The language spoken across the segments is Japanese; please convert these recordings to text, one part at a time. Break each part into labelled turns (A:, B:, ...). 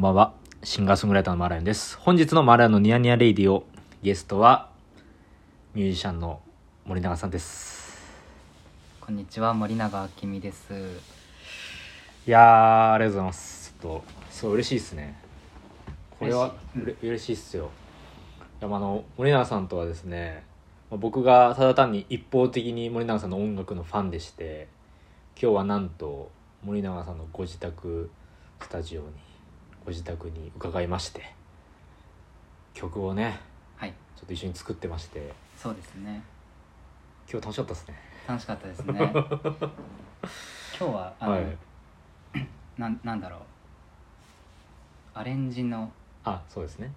A: ばんは。シンガーソングライターのマーライオンです。本日のマーライオンのニヤニヤレイディオ、ゲストは、ミュージシャンの森永さんです。
B: こんにちは、森永明美です。
A: いやありがとうございます。ちょっと、そう、嬉しいですね。これは、嬉しいっすよ。いや、あの、森永さんとはですね、僕がただ単に一方的に森永さんの音楽のファンでして、今日はなんと、森永さんのご自宅スタジオにご自宅に伺いまして曲をね、
B: はい、
A: ちょっと一緒に作ってまして
B: そうですね
A: 今日楽しかったですね
B: 楽しかったですね 今日はあの、はい、 ななんだろうアレンジの
A: あそうですね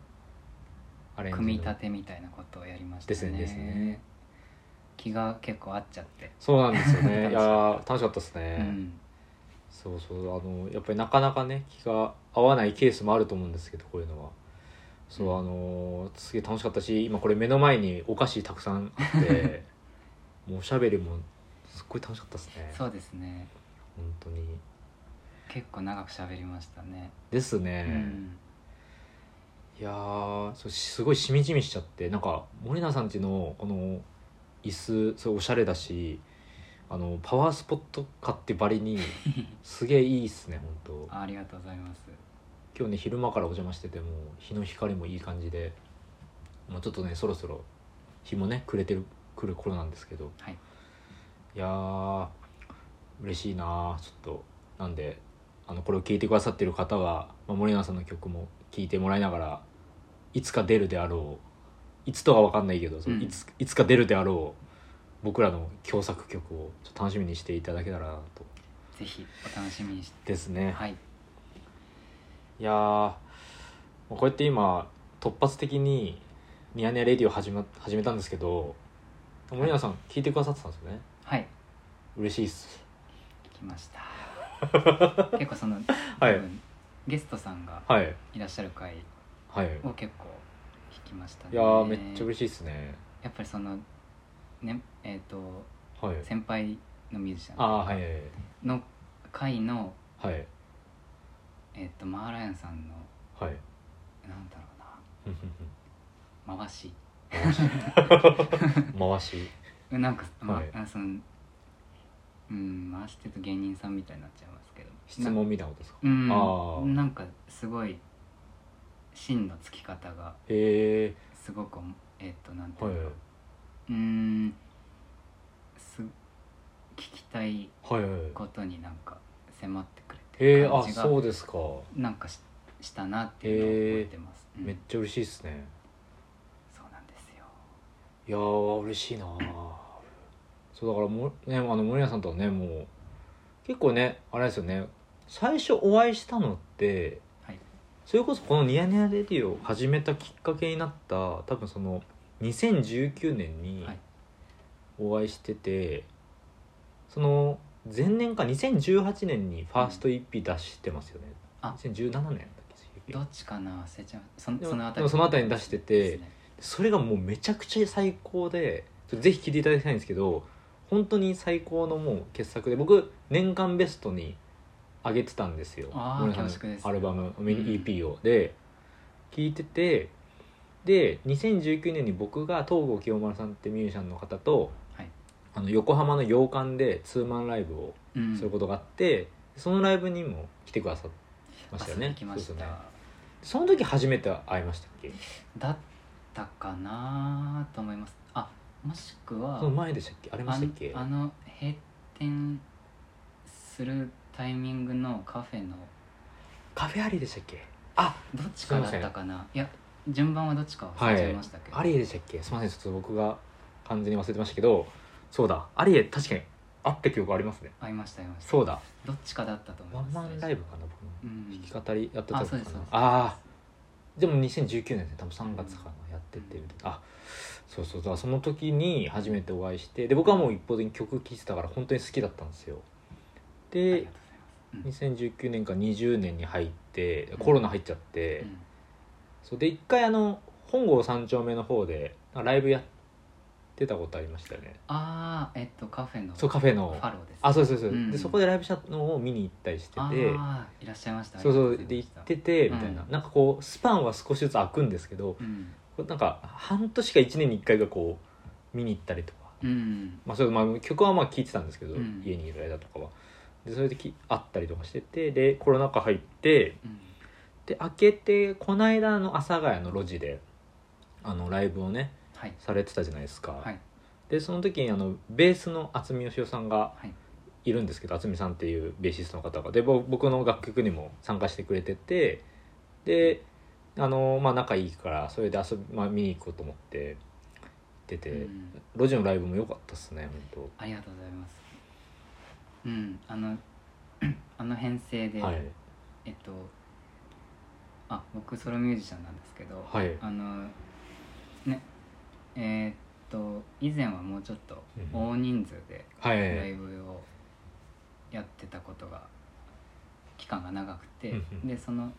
B: アレンジ組み立てみたいなことをやりました
A: で
B: ね
A: すねですね
B: 気が結構合っちゃって
A: そうなんですよねいや楽しかったですね、うんそうそうあのやっぱりなかなかね気が合わないケースもあると思うんですけどこういうのはそう、うん、あのすげえ楽しかったし今これ目の前にお菓子たくさんあってもうおしゃべりもすっごい楽しかったですね
B: そうですね
A: 本当に
B: 結構長くしゃべりましたね
A: ですね、うん、いやそうすごいしみじみしちゃってなんか森永さんちのこの椅子すごいおしゃれだしあのパワースポット買ってばりにすげえいいっすね本
B: 当ありがとうございます
A: 今日ね昼間からお邪魔してても日の光もいい感じでもうちょっとねそろそろ日もね暮れてる来る頃なんですけど、
B: はい、
A: いやー嬉しいなちょっとなんであのこれを聴いてくださってる方は、まあ、森永さんの曲も聴いてもらいながらいつか出るであろういつとは分かんないけど、うん、いついつか出るであろう僕らの共作曲をちょっと楽しみにしていただけたらなと
B: ぜひお楽しみにして
A: ですね
B: はい
A: いやこうやって今突発的に「ニヤニヤレディオ始、ま」始めたんですけど森永さん聞いてくださってたんですよね
B: はい
A: 嬉しいっす
B: 聞きました 結構その、
A: はい、
B: ゲストさんがいらっしゃる回を結構聞きました
A: ね、はい、いやめっちゃ嬉しいっすね
B: やっぱりそのねえーと、
A: はい、
B: 先輩のミュージシャン
A: あ、はいはいはい、
B: の回の、
A: はい
B: えーと、とマーライオンさんの、
A: はい、
B: なんだろうな回し
A: 回し
B: なんか、まはい、あそのうん回してると芸人さんみたいになっちゃいますけど
A: 質問みたいなことですか
B: うんあなんかすごい芯のつき方が
A: へえ
B: すごくえっ、ー、となんていうの、はいうんす聞きたいことになんか迫ってくれて
A: る感じが、はいはい、えー、あそうですか
B: なんかししたなっていうのを覚えてます、
A: えーうん、めっちゃ嬉しいですね
B: そうなんです
A: よいやー嬉しいなそうだからも、ね、あの森谷さんとはねもう結構ねあれですよね最初お会いしたのって、
B: はい、
A: それこそこの「ニヤニヤレディ」を始めたきっかけになった多分その「2019年にお会いしてて、はい、その前年か2018年にファースト EP 出してますよね、
B: うん、
A: 2017年だっ
B: けどっちかな忘れちゃうその
A: その辺りに出してて、ね、それがもうめちゃくちゃ最高でぜひ聴いていただきたいんですけど本当に最高のもう傑作で僕年間ベストに上げてたんですよ
B: あ
A: アルバムミニ EP を、うん、で聴いててで2019年に僕が東郷清丸さんってミュージシャンの方と、
B: はい、
A: あの横浜の洋館でツーマンライブをすることがあって、うん、そのライブにも来てくださましたよね
B: 来ました、ね、
A: その時初めて会いましたっけ
B: だったかなと思いますあもしくは
A: その前でしたっけありましたっけ
B: あの閉店するタイミングのカフェの
A: カフェアリーでしたっけあ
B: どっちかだったかないや順番はどっちか忘れちゃいましたけど、
A: はい、アリエでしたっけすみませんちょっと僕が完全に忘れてましたけどそうだアリエ確かに会った記憶ありますね
B: 会いました会いました
A: そうだ
B: どっちかだったと思います
A: ワンマンライブかな
B: 僕の、
A: うん、弾き語りやってた
B: のかな
A: あでも2019年ね多分3月かな、うん、やってて、うん、あそうそうだその時に初めてお会いしてで僕はもう一方的に曲聴いてたから本当に好きだったんですよで2019年か20年に入って、コロナ入っちゃって、そうで一回あの本郷三丁目の方でライブやっ出たことありましたよね
B: ああえっとカフェの
A: そうカフェの
B: ファローですね、
A: あそうですそうです、
B: うん
A: でそこでライブしたのを見に行ったりしてて
B: あーいらっしゃいました
A: そうそう
B: ありがと
A: で
B: ございま
A: 行
B: し
A: ったててみたいな、
B: うん
A: なんかこうスパンは少しずつ開くんですけど
B: うん
A: こうなんか半年か1年に1回がこう見に行ったりとか、
B: うん
A: まあ、それまあ曲はまあ聴いてたんですけど、
B: うん
A: 家にいる間とかはでそれでき会ったりとかしててでコロナ禍入って
B: うん
A: で開けてこの間の阿佐ヶ谷の路地であのライブをね
B: はい
A: されてたじゃないですか、
B: はい
A: でその時にあのベースの渥美義夫さんが
B: はい
A: いるんですけど渥美さんっていうベーシストの方がでぼ僕の楽曲にも参加してくれててであの、まあ、仲いいからそれで遊び、まあ、見に行こうと思って出て、
B: うん
A: 路地のライブも良かったっすね本
B: ありがとうございますうんあの あの編成で、
A: 当はい
B: えっとあ僕ソロミュージシャンなんですけど、
A: はい
B: あのねえーっと以前はもうちょっと
A: うん
B: 大人数で
A: はい
B: ライブをやってたことが期間が長くて、
A: うんうん
B: でその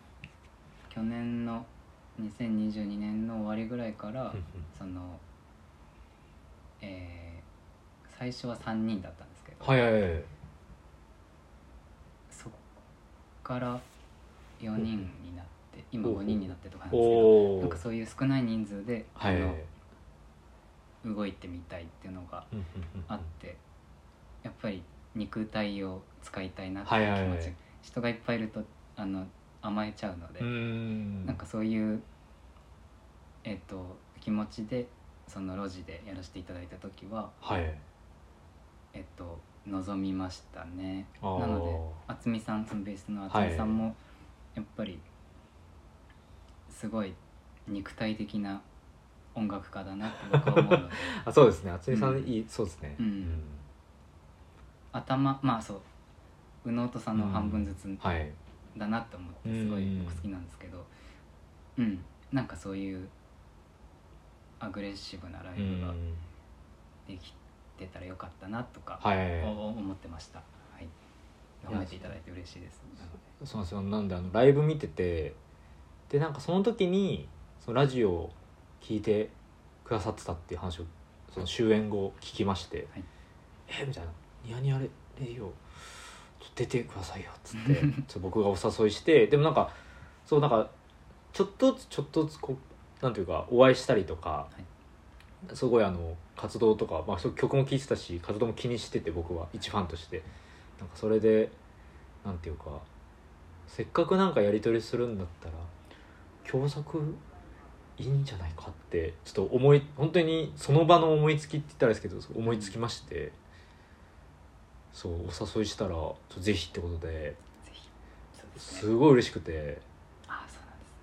B: 去年の2022年の終わりぐらいから、
A: うん
B: そのえー最初は3人だったんですけど、
A: はいはいはい
B: そっから4人になって今
A: おう
B: 5人になってとかなん
A: お
B: ですけ
A: お
B: どなんかそういう少ない人数で、
A: はいはいはい
B: あの動いてみたいっていうのが
A: うんうんう
B: あっ
A: ん
B: てやっぱり肉体を使いたいなって
A: はいいう
B: 気持ち、
A: はいはい
B: 人がいっぱいいるとあの甘えちゃうので、
A: うーん
B: なんかそういう、えっと気持ちでその路地でやらせていただいた時は、
A: はい
B: えっと望みましたね。
A: あ
B: な
A: ー
B: ので渥美さんそのベースの渥美さんもやっぱりすごい肉体的な音楽家だなって僕は思う ので
A: あそうですね渥美さん、
B: うん
A: いいそうですね
B: うん頭まあそう右脳と左脳半分ずつ
A: はい
B: だなって思ってすごい
A: うん
B: 僕好きなんですけどうんなんかそういうアグレッシブなライ
A: う
B: ブが
A: ん
B: できてたらよかったなとか
A: はいはい
B: お
A: はい
B: 思ってましたはい
A: や
B: 褒めていただいて嬉しいです
A: そうなんですよなんであのライブ見ててでなんかその時にそのラジオを聞いてくださってたっていう話をその終演後聞きまして「
B: はい
A: えみたいな「ニヤニヤレレイオちょっと出てくださいよ」っつって ちょっと僕がお誘いしてでもなんかそうなんかちょっとずつちょっとずつこうなんていうかお会いしたりとか、すごいあの活動とか、まあ、そう曲も聴いてたし活動も気にしてて僕は一ファンとしてなんかそれでなんていうかせっかくなんかやり取りするんだったら共作いいんじゃないかってちょっと思い本当にその場の思いつきって言ったらあれですけどそう思いつきまして、そうお誘いしたらちょっとぜひってことで
B: ぜひそうです
A: す
B: ね
A: ごい嬉しくて
B: あそうなんです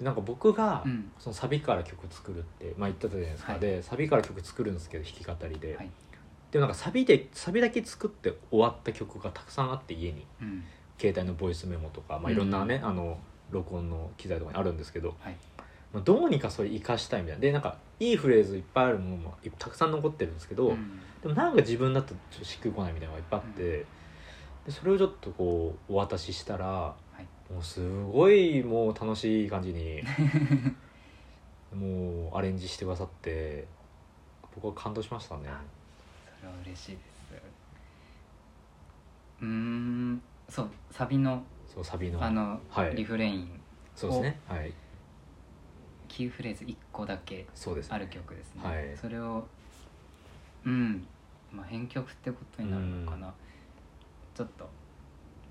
A: でなんか僕が、
B: ねうん
A: そのサビから曲作るって、まあ、言ってたじゃないですか、
B: はい
A: でサビから曲作るんですけど弾き語りで、
B: はい
A: でもなんかサビでサビだけ作って終わった曲がたくさんあって家に
B: うん
A: 携帯のボイスメモとか、まあ、いろんなね、あの録音の機材とかにあるんですけど、
B: はい
A: まあ、どうにかそれ活かしたいみたいなでなんかいいフレーズいっぱいあるものもいたくさん残ってるんですけど、
B: うん
A: でもなんか自分だとちょっとしっくりこないみたいなのがいっぱいあって、
B: うん
A: でそれをちょっとこうお渡ししたら、
B: い
A: もうすごいもう楽しい感じ にもうアレンジしてくださって僕は感動しましたね。
B: それは嬉しいですうーんそうサビの
A: そうサビの
B: あの、
A: はい
B: リフレイン
A: そうですねはい
B: キーフレーズ1個だけ
A: そうです
B: ある曲ですね、
A: はい
B: それをうん、まあ、編曲ってことになるのかな、ちょっと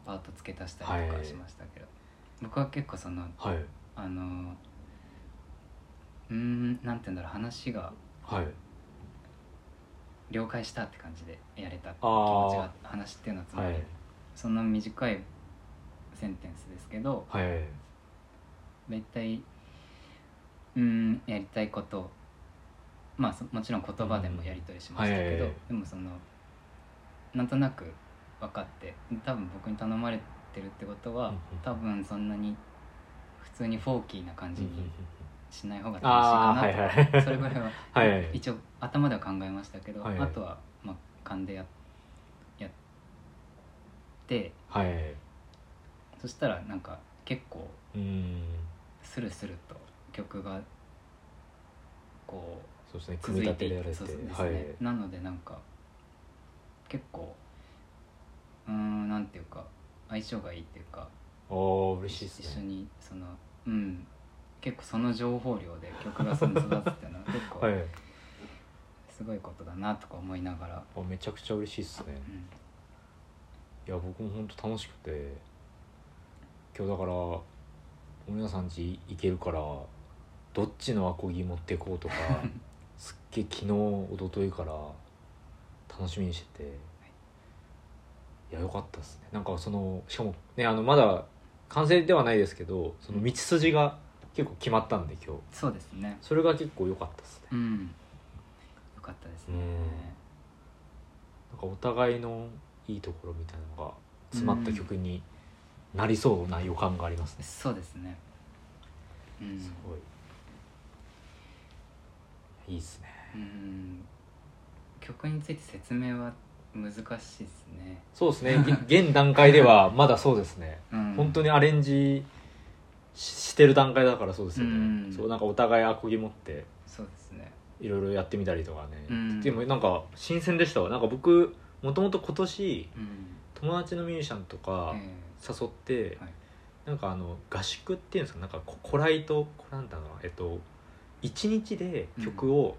B: パート付け足したりと
A: は
B: か
A: い
B: しましたけど、僕は結構その
A: はい
B: あのうーんなんて言うんだろう話が
A: はい
B: 了解したって感じでやれた気
A: あー
B: 持ちが話っていうのはつま
A: は
B: り、
A: い
B: その短いセンテンスですけど
A: はい
B: 大体うんやりたいことまあそもちろん言葉でもやり取りしましたけど、
A: はい
B: でもそのなんとなく分かって多分僕に頼まれてるってことは、
A: うんうん
B: 多分そんなに普通にフォーキーな感じにしない方が楽しい
A: ああ
B: か
A: はい
B: なと、
A: はい
B: それぐらいは、
A: はいはい
B: 一応頭では考えましたけど、
A: はい
B: あとは、まあ、勘でややって
A: はい
B: そしたらなんか結構
A: うん
B: スルスルと曲がこ
A: そ
B: う
A: うですね組
B: 続
A: み
B: い
A: 立
B: て
A: て
B: い
A: られ
B: っててそうですね、
A: はい
B: なのでなんか結構うーんなんていうか相性がいいっていうか
A: ああ嬉しいです
B: 一緒
A: ね
B: にそのうん結構その情報量で曲がその育つってい うのは
A: は
B: 結
A: い
B: 構すごいことだなとか思いながら、
A: あめちゃくちゃ嬉しいですね
B: うん
A: いや僕も本当楽しくて今日だから森田さん家行けるからどっちのアコギ持ってこうとかすっげえ昨日一昨日から楽しみにしてて、い、やよかったですねなんかそのしかもねあのまだ完成ではないですけどその道筋が結構決まったんで今日
B: そうですね
A: それが結構良かったですね
B: うんよかったですね、
A: うなんかお互いのいいところみたいなのが詰まった曲になりそうな予感がありますね、
B: そうですねうん
A: すごいいいっすね
B: うん曲について説明は難しいですね、
A: そうですねげ 現段階ではまだそうですね
B: うん、
A: 本当にアレンジししてる段階だからそうですよね、
B: うん
A: そうなんかお互いアコギ持って
B: そうですね
A: いろいろやってみたりとかね、
B: うん
A: でもなんか新鮮でしたわなんか僕もともと今年
B: うん
A: 友達のミュージシャンとか、
B: え
A: 誘って、
B: はい
A: なんかあの合宿っていうんですかなんかここらいとこなんだろうなえっと1日で曲を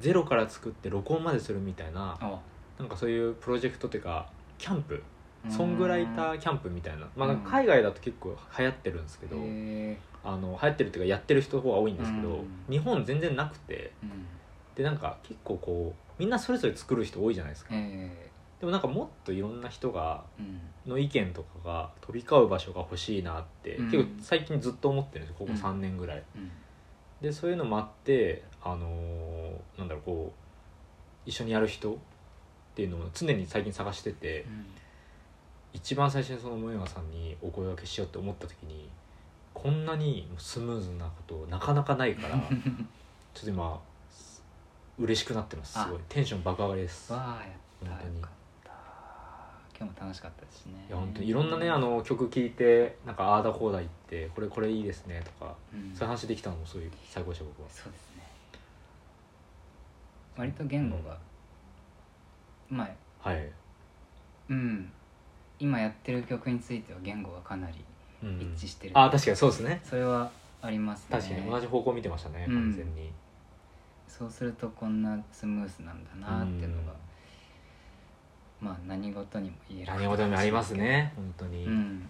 A: ゼロから作って録音までするみたいな
B: え、あ
A: なんかそういうプロジェクトっていうかキャンプ
B: うん
A: ソングライターキャンプみたいな,、まあ、なんか
B: うん
A: 海外だと結構流行ってるんですけど、
B: へえ
A: あの流行ってるっていうかやってる人の方が多いんですけど、
B: うん
A: 日本全然なくて
B: うん
A: でなんか結構こうみんなそれぞれ作る人多いじゃないですか、
B: え
A: でもなんかもっといろんな人が
B: えうん
A: の意見とかが飛び交う場所が欲しいなって、
B: うん
A: 結構最近ずっと思ってるんですよここ
B: うん
A: 3年ぐらい、
B: うん
A: でそういうのもあってあのーなんだろうこう一緒にやる人っていうのを常に最近探してて、一番最初にその萌川さんにお声掛けしようって思った時にこんなにスムーズなことなかなかないから
B: う
A: ちょ
B: ん
A: っと今嬉しくなってます
B: あ
A: すごいテンション爆上がりですい
B: わあやった
A: 本当に
B: よかった今日も楽しかったですね
A: や本当にいろんなねあ、の曲聴いてなんかああだこうだ言ってこれこれいいですねとか
B: うん
A: そういう話できたのもすごい最高でした僕は
B: そうですね割と言語が、まあ
A: はい、
B: うん今やってる曲については言語がかなり
A: うん
B: 一致してる、
A: あ確かにそうですね
B: それはありますね
A: 確かに同じ方向見てましたね、
B: うん
A: 完全に
B: そうするとこんなスムースなんだなっていうのが、まあ何事にも言える
A: 何事にもありますね本当
B: う
A: に、
B: ん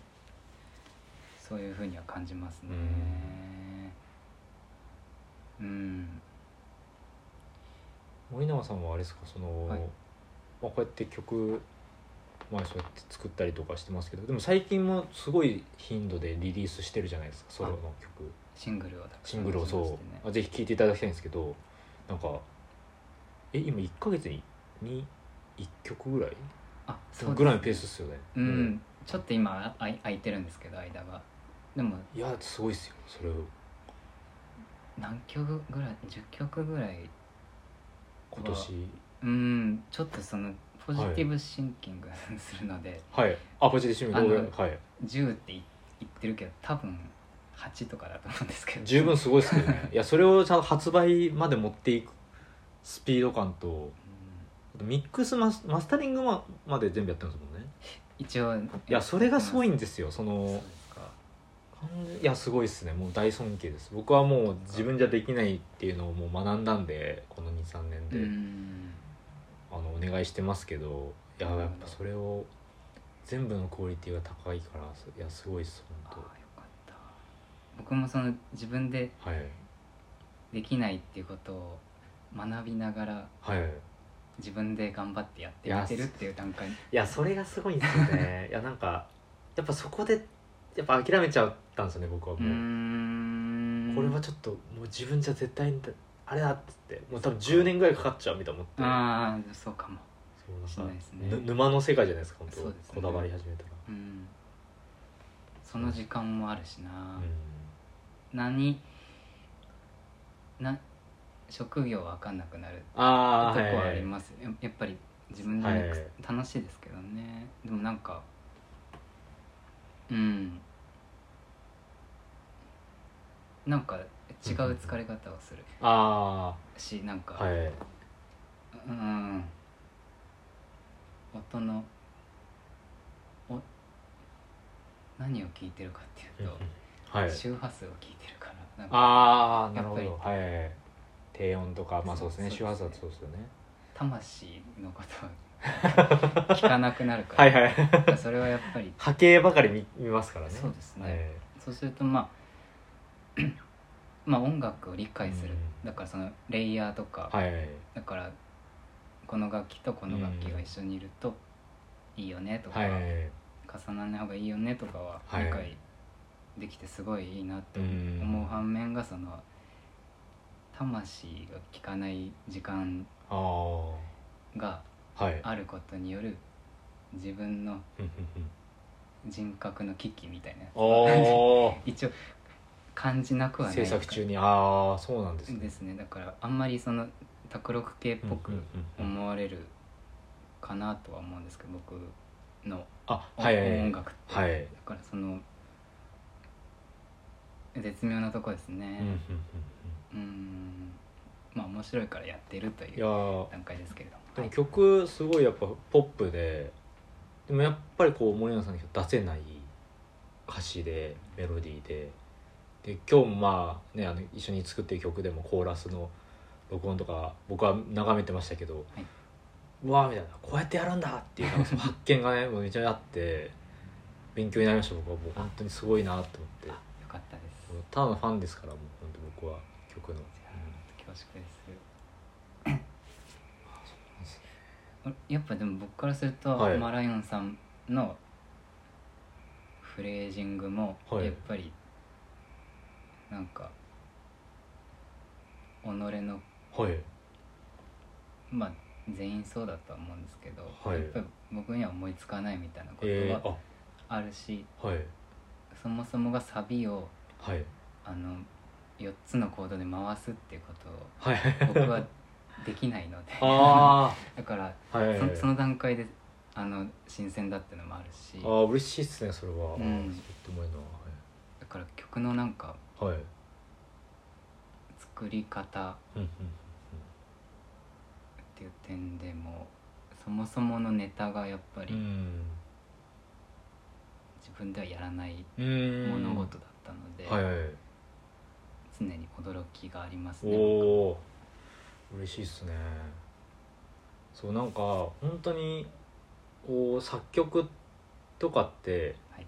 B: そういうふうには感じますねうん、
A: 森永さんはあれですかその、
B: はい
A: まあ、こうやって曲まあそうやって作ったりとかしてますけどでも最近もすごい頻度でリリースしてるじゃないですかソロの曲
B: シングルをたくさ
A: シ
B: ん
A: ングルをそう、
B: 出しましてね
A: あぜひ聴いていただきたいんですけどなんかえ今1か月にに1曲ぐらい
B: あそうです
A: ぐらいのペースですよね、
B: うん、
A: も
B: ちょっと今あい空いてるんですけど間がでも
A: ういやすごいですよそれを
B: 何曲ぐらい10曲ぐらい
A: 今年
B: うんちょっとそのポジティブシンキングするので、
A: はいあポジティブシングル
B: あの
A: はい
B: 10ってい言ってるけど多分8とかだと思うんですけど
A: 十分すごいですけどね いやそれをちゃんと発売まで持っていくスピード感とあとミックスマスマスタリングままで全部やってますもんね
B: 一応
A: いやそれがすごい
B: い
A: んですよそ
B: そうで
A: の
B: すか
A: 感じいやすごいですねもう大尊敬です僕はもう自分じゃできないっていうのをもう学んだんでこの23年
B: う
A: で、
B: ん
A: あのお願いしてますけどいや
B: うん
A: やっぱそれを全部のクオリティが高いからすいやすごいです
B: ああ
A: 本
B: よかった僕もその自分で
A: 当はい
B: できないっていうことを学びながら
A: はい
B: 自分で頑張ってやってみてるっていう段階
A: いやそれがすごいんですよ ねいやなんかやっぱそこでやっぱ諦めちゃったんですよね僕は
B: う
A: もう、
B: ん
A: これはちょっともう自分じゃ絶対にあれだっつってもう多分10年ぐらいかかっちゃうみたいな思って
B: ああそうかもし
A: そう
B: れ
A: な
B: なん
A: か
B: いですね
A: ぬ沼の世界じゃないですか本当
B: そうですね
A: こだわり始めたら、
B: うんその時間もあるしな、
A: う
B: 何な職業わかんなくなる
A: ん、あ
B: と
A: あ
B: こ
A: はい
B: はあ
A: は
B: り
A: い
B: ます、ややっぱり自分で、
A: はいはい
B: 楽しいですけどねでもなんかうんなんか違う疲れ方をする
A: あ
B: しなんか、
A: あはい
B: うん音のお何を聞いてるかっていうと、
A: はい
B: 周波数を聞いてるからなんか
A: ああなるほ
B: や
A: ど
B: っ
A: はい低音とかまあそうですね周
B: そ
A: 波
B: うですね
A: 数はそうですよね
B: 魂の ことを聞かなくなるか
A: は
B: ら
A: いはい
B: それはやっぱり
A: 波形ばかり見見ますからね
B: そうですね
A: はい
B: そうするとまあまあ 音楽を理解する、
A: うん
B: だからそのレイヤーとか、
A: はいはい
B: だからこの楽器とこの楽器が一緒にいるといいよねとか、
A: はいはい
B: 重ならない方がいいよねとかは
A: はい
B: 理解できてすごいいいなって
A: うん
B: 思う反面がその魂が効かない時間
A: ああ
B: が
A: はい
B: あることによる自分の人格の危機みたいなやつを
A: お
B: 一応感じなく
A: お
B: はない
A: 制作中にああそうなんですね
B: ですねだからあんまりその卓録系っぽく
A: うん
B: 思われるかなとは思うんですけど僕の
A: あはいはいはい
B: 音楽って、
A: はい
B: だからその絶妙なとこです
A: う
B: ね
A: んうんうん
B: うんまあ面白いからやってると
A: うんい
B: い
A: や
B: う
A: ー
B: 段階ですけれども
A: でも
B: はい
A: 曲すごいやっぱポップででもやっぱりこう森永さんに出せない歌詞でメロディーでで今日もまあねあの一緒に作ってる曲でもコーラスの録音とか僕は眺めてましたけど、
B: はいう
A: わーみたいなこうやってやるんだっていうなんかその発見がねもうめちゃめちゃあって勉強になりました僕はもう本当にすごいなと思って
B: あよかったです
A: もうただのファンですからもう本当僕は曲の。うん
B: 恐縮ですやっぱでも僕からすると、
A: はい
B: マライオンさんのフレージングも
A: はい
B: やっぱりなんか己の
A: はい
B: まあ全員そうだとは思うんですけど、
A: はい
B: やっぱり僕には思いつかないみたいなこと
A: えー、
B: は
A: あ
B: あるし、
A: はい
B: そもそもがサビを
A: はい
B: あの4つのコードで回すっていうことを
A: はい
B: 僕はできないので
A: あ
B: だから
A: あ はい
B: そその段階であの新鮮だってのもあるし
A: ああ嬉しいっすねそれは、
B: うん
A: あーそう言っても
B: だから曲のなんか
A: いいなはい、はい
B: 作り方
A: うんうん
B: っていう点でもそもそものネタがやっぱ
A: う
B: り
A: ん
B: 自分ではやらない
A: うん
B: 物事だったので、
A: はい、はい、
B: 常に驚きがあります
A: お
B: ね僕は
A: おー嬉しいっすねそうなんか本当にこう作曲とかって、
B: はい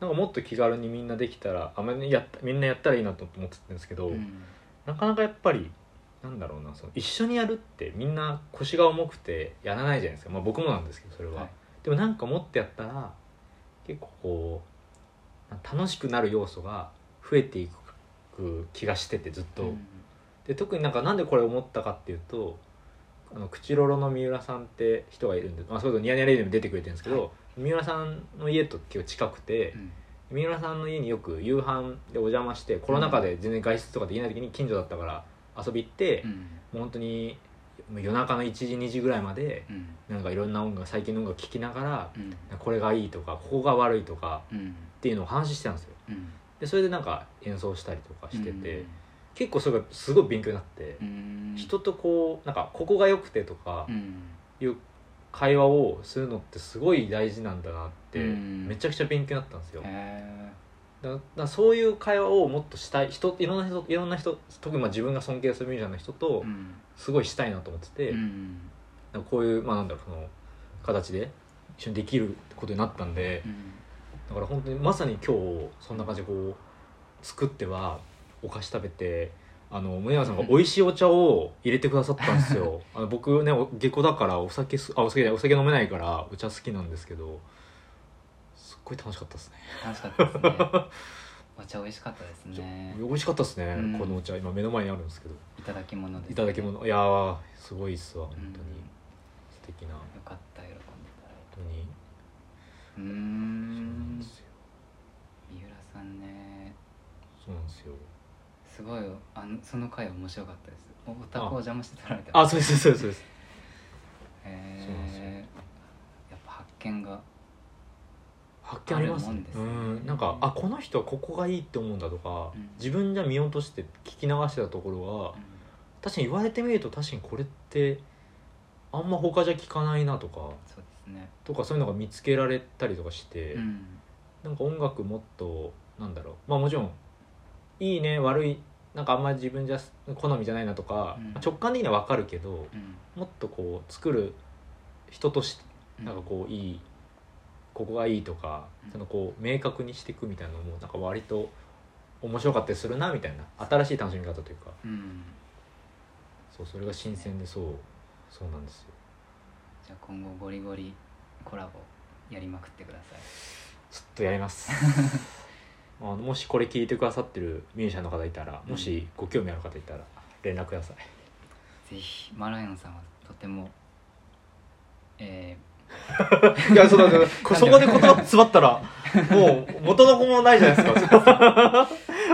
A: なんかもっと気軽にみんなできたらあみんなやったみんなやったらいいなと思ってたんですけど、
B: うん
A: なかなかやっぱりなんだろうなその一緒にやるってみんな腰が重くてやらないじゃないですか、まあ、僕もなんですけどそれは、
B: はい
A: でもなんか持ってやったら結構こう楽しくなる要素が増えていく気がしててずっと、
B: うん
A: で特になんかなんでこれ思ったかっていうとあの口ロロの三浦さんって人がいるんで、まあ、それこそニヤニヤレディでも出てくれてるんですけど、
B: は
A: 三浦さんの家と結構近くて、
B: うん
A: 三浦さんの家によく夕飯でお邪魔してコロナ禍で全然外出とかできない時に近所だったから遊び行って、
B: う
A: も
B: ん
A: う本当にもう夜中の1時2時ぐらいまで
B: うん
A: なんかいろんな音楽最近の音楽聴きなが
B: うん
A: らこれがいいとかここが悪いとか
B: うん
A: っていうのを話してたんですよ
B: うん
A: でそれでなんか演奏したりとかしてて、
B: うん
A: 結構それがすごい勉強になって
B: う、ん
A: 人とこうなんかここが良くてとか
B: うん
A: いう会話をするのってすごい大事なんだなって、
B: うん
A: めちゃくちゃ勉強になったんですよ、
B: へ
A: だだからそういう会話をもっとしたい人いろんな人いろんな人特にまあ自分が尊敬するミュージシャンの人
B: ー
A: と
B: うん
A: すごいしたいなと思ってて、
B: うん
A: なんかこういう、まあ、なんだろうその形で一緒にできることになったんで
B: うん
A: だから本当にまさに今日そんな感じでこう作ってはお菓子食べて。あの宗山さんが美味しいお茶を入れてくださったんです よあの僕ねお下戸だからお酒すあお酒じゃないお酒飲めないからお茶好きなんですけどすっごい楽しかったですね
B: 楽しかったですね お茶美味しかったですね
A: 美味しかったですね、
B: うん
A: このお茶今目の前にあるんですけど
B: いただき物です
A: いただき
B: よ
A: 物いやーすごいっすわ本当に、
B: うん
A: 素敵な本
B: かった喜んでたら
A: 当に
B: うー
A: そうなん
B: ん
A: ですよ
B: 三浦さんね
A: そうなんですよ
B: すごいあのその回面白かったですおお宅を邪魔してたられて
A: あ
B: す
A: そうですそうですそうです
B: へ
A: そうなんですよ
B: えやっぱ発見が
A: 発見あります
B: あるも
A: ね
B: んです
A: う
B: ね
A: んなんかあこの人はここがいいって思うんだとか、
B: うん
A: 自分じゃ見落として聞き流してたところが確かに言われてみると確かにこれってあんま他じゃ聞かないなとか
B: そうですね、
A: とかそういうのが見つけられたりとかして、
B: うん、
A: なんか音楽もっとなんだろうまあもちろんいいね悪いなんかあんま自分じゃ好みじゃないなとか、
B: うん
A: まあ直感的には分かるけど
B: うん
A: もっとこう作る人として
B: うん
A: なんかこういい、ここがいいとか、
B: うん
A: そのこう明確にしていくみたいなのもなんか割と面白かったりするなみたいな新しい楽しみ方というか
B: うん
A: そうそれが新鮮でそうそうなんですよ
B: じゃあ今後ゴリゴリコラボやりまくってください
A: ちょっとやります あのもしこれ聞いてくださってるミュージシャンの方いたらもしご興味ある方いたら連絡ください
B: ぜひマライオンさんはとてもえ
A: いや、そうだ、そうだこそこで言葉詰まったら、もう元の子もないじゃないですか。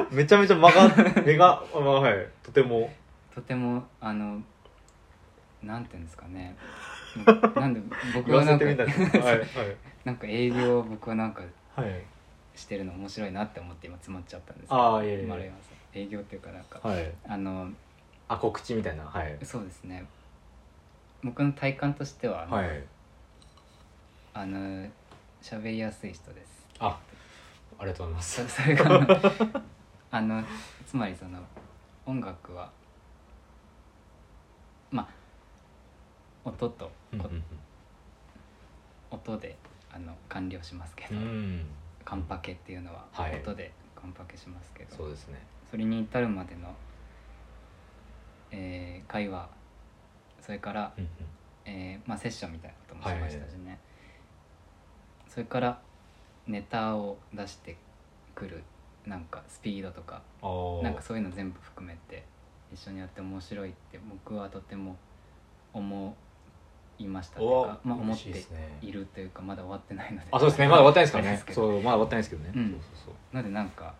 A: めちゃめちゃ間が、目が、まあ、はい、とても。
B: ーとてもあのなんていうんですか ねなんで僕
A: 言わ
B: はな
A: せ
B: んか
A: てみたいです。はい、はい。
B: なんか営業を僕はなんか
A: はい。
B: してるの面白いなって思って今詰まっちゃったんですけど
A: ああ、いえい
B: マライ
A: え
B: オンさん営業っていうかなんか、
A: はい。
B: あの
A: あ、告知みたいな。はい。
B: そうですね僕の体感としては、
A: はい。
B: あの喋りやすい人です
A: あ、ありがとうございます
B: そ。 それがあ のつまりその音楽はまあ音と、
A: うん
B: こ音であの完了しますけ
A: う
B: ど、
A: んうん。
B: カンパケっていうのは
A: はい
B: 音でカンパケしますけど、
A: そうですね。
B: それに至るまでの、えー会話それから、
A: うんうん
B: えーまあ、セッションみたいなこともしましたしね、
A: は
B: それからネタを出してくるなんかスピードとか
A: あー
B: なんかそういうの全部含めて一緒にやって面白いって僕はとても思いましたというか、まあ、思っ
A: 嬉しいで
B: て
A: すね
B: いるというかまだ終わってないので
A: あ、そうですね。まだ終わってないですから
B: あれで
A: ね
B: す。けど
A: そう、まだ終わってないですけどね。
B: うん
A: そうそうそう。
B: なのでなんか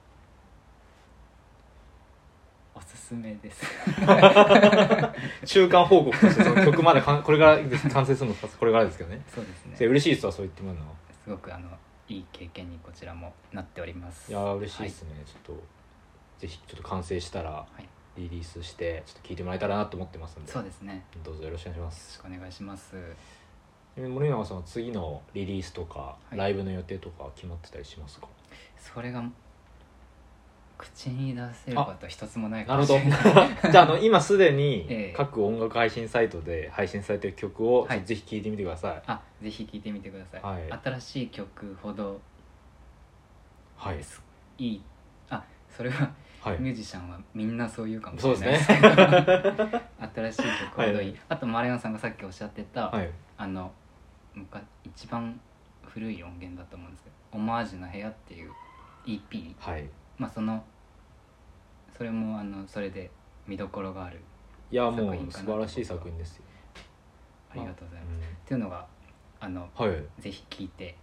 B: おすすめです
A: 中間報告としてその曲までかんこれからです完成するのこれからですけどね
B: そうで
A: そ
B: す
A: れ
B: ね
A: 嬉しいですわそう言ってもらうのは
B: すごくあのいい経験にこちらもなっております
A: いやー嬉しいですね、ちょっとぜひちょっと完成したら
B: はい、はい
A: リリースしてちょっと聴いてもらえたらなと思ってますんで
B: そうですねよ
A: どうぞよろしくお願いしま
B: ろし
A: す
B: くお願いします
A: ちなみに森永さんは次のリリースとか、
B: い
A: ライブの予定とか決まってたりします か
B: それが口に出せることは一つもないか
A: な
B: も
A: るほ
B: し
A: ど
B: れない
A: じゃああの今すで
B: え
A: に
B: え
A: 各音楽配信サイトで配信されてる曲を、
B: はい
A: ぜひ聴いてみてください
B: あぜひ聴いてみてください、
A: はい
B: 新しい曲ほど
A: はい
B: すいいあそれは
A: はい
B: ミュージシャンはみんなそう言うかもし
A: そう
B: れ
A: です
B: ないで
A: ね
B: すけど 新しい曲ほどいい、
A: はい
B: あとマレオンさんがさっきおっしゃってた、
A: はい
B: あの昔一番古い音源だと思うんですけど「オマージュの部屋」っていう EP
A: はい
B: まあそのそれもあのそれで見どころがある
A: いやも
B: 作品
A: う
B: か
A: 素
B: な
A: 晴らしい作品ですよ、
B: ありがとうございます、っていうのがあの
A: うんはい
B: ぜひ聴いて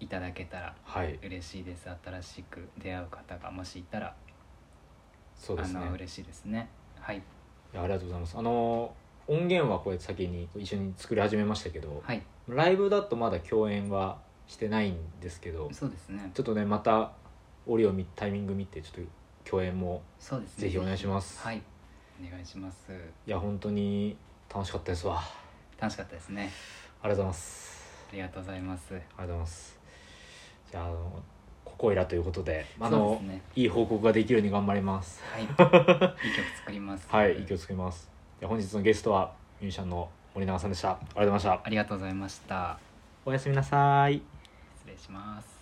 B: いただけたら
A: はい
B: 嬉しいです新しく出会う方がもしいたら、
A: そうで
B: あ
A: すね
B: の嬉しいですねはい
A: いやありがとうございますあの音源はこうやって先に一緒に作り始めましたけど、
B: はい
A: ライブだとまだ共演はしてないんですけど
B: そうですね
A: ちょっとねまた折を見タイミング見てちょっと共演も
B: そうですね
A: ぜひお願いします
B: はいお願いします
A: いや本当に楽しかったですわあ
B: 楽しかったですね
A: りがとうございます
B: ありがとうございます
A: ありがとうございますじゃああのここいらということであの
B: そうですね
A: いい報告ができるように頑張ります
B: はいいい曲作ります
A: はい息をつけますじゃあ本日のゲストはミュージシャンの森永さんでしたありがとうございました
B: ありがとうございました
A: おやすみなさい
B: 失礼します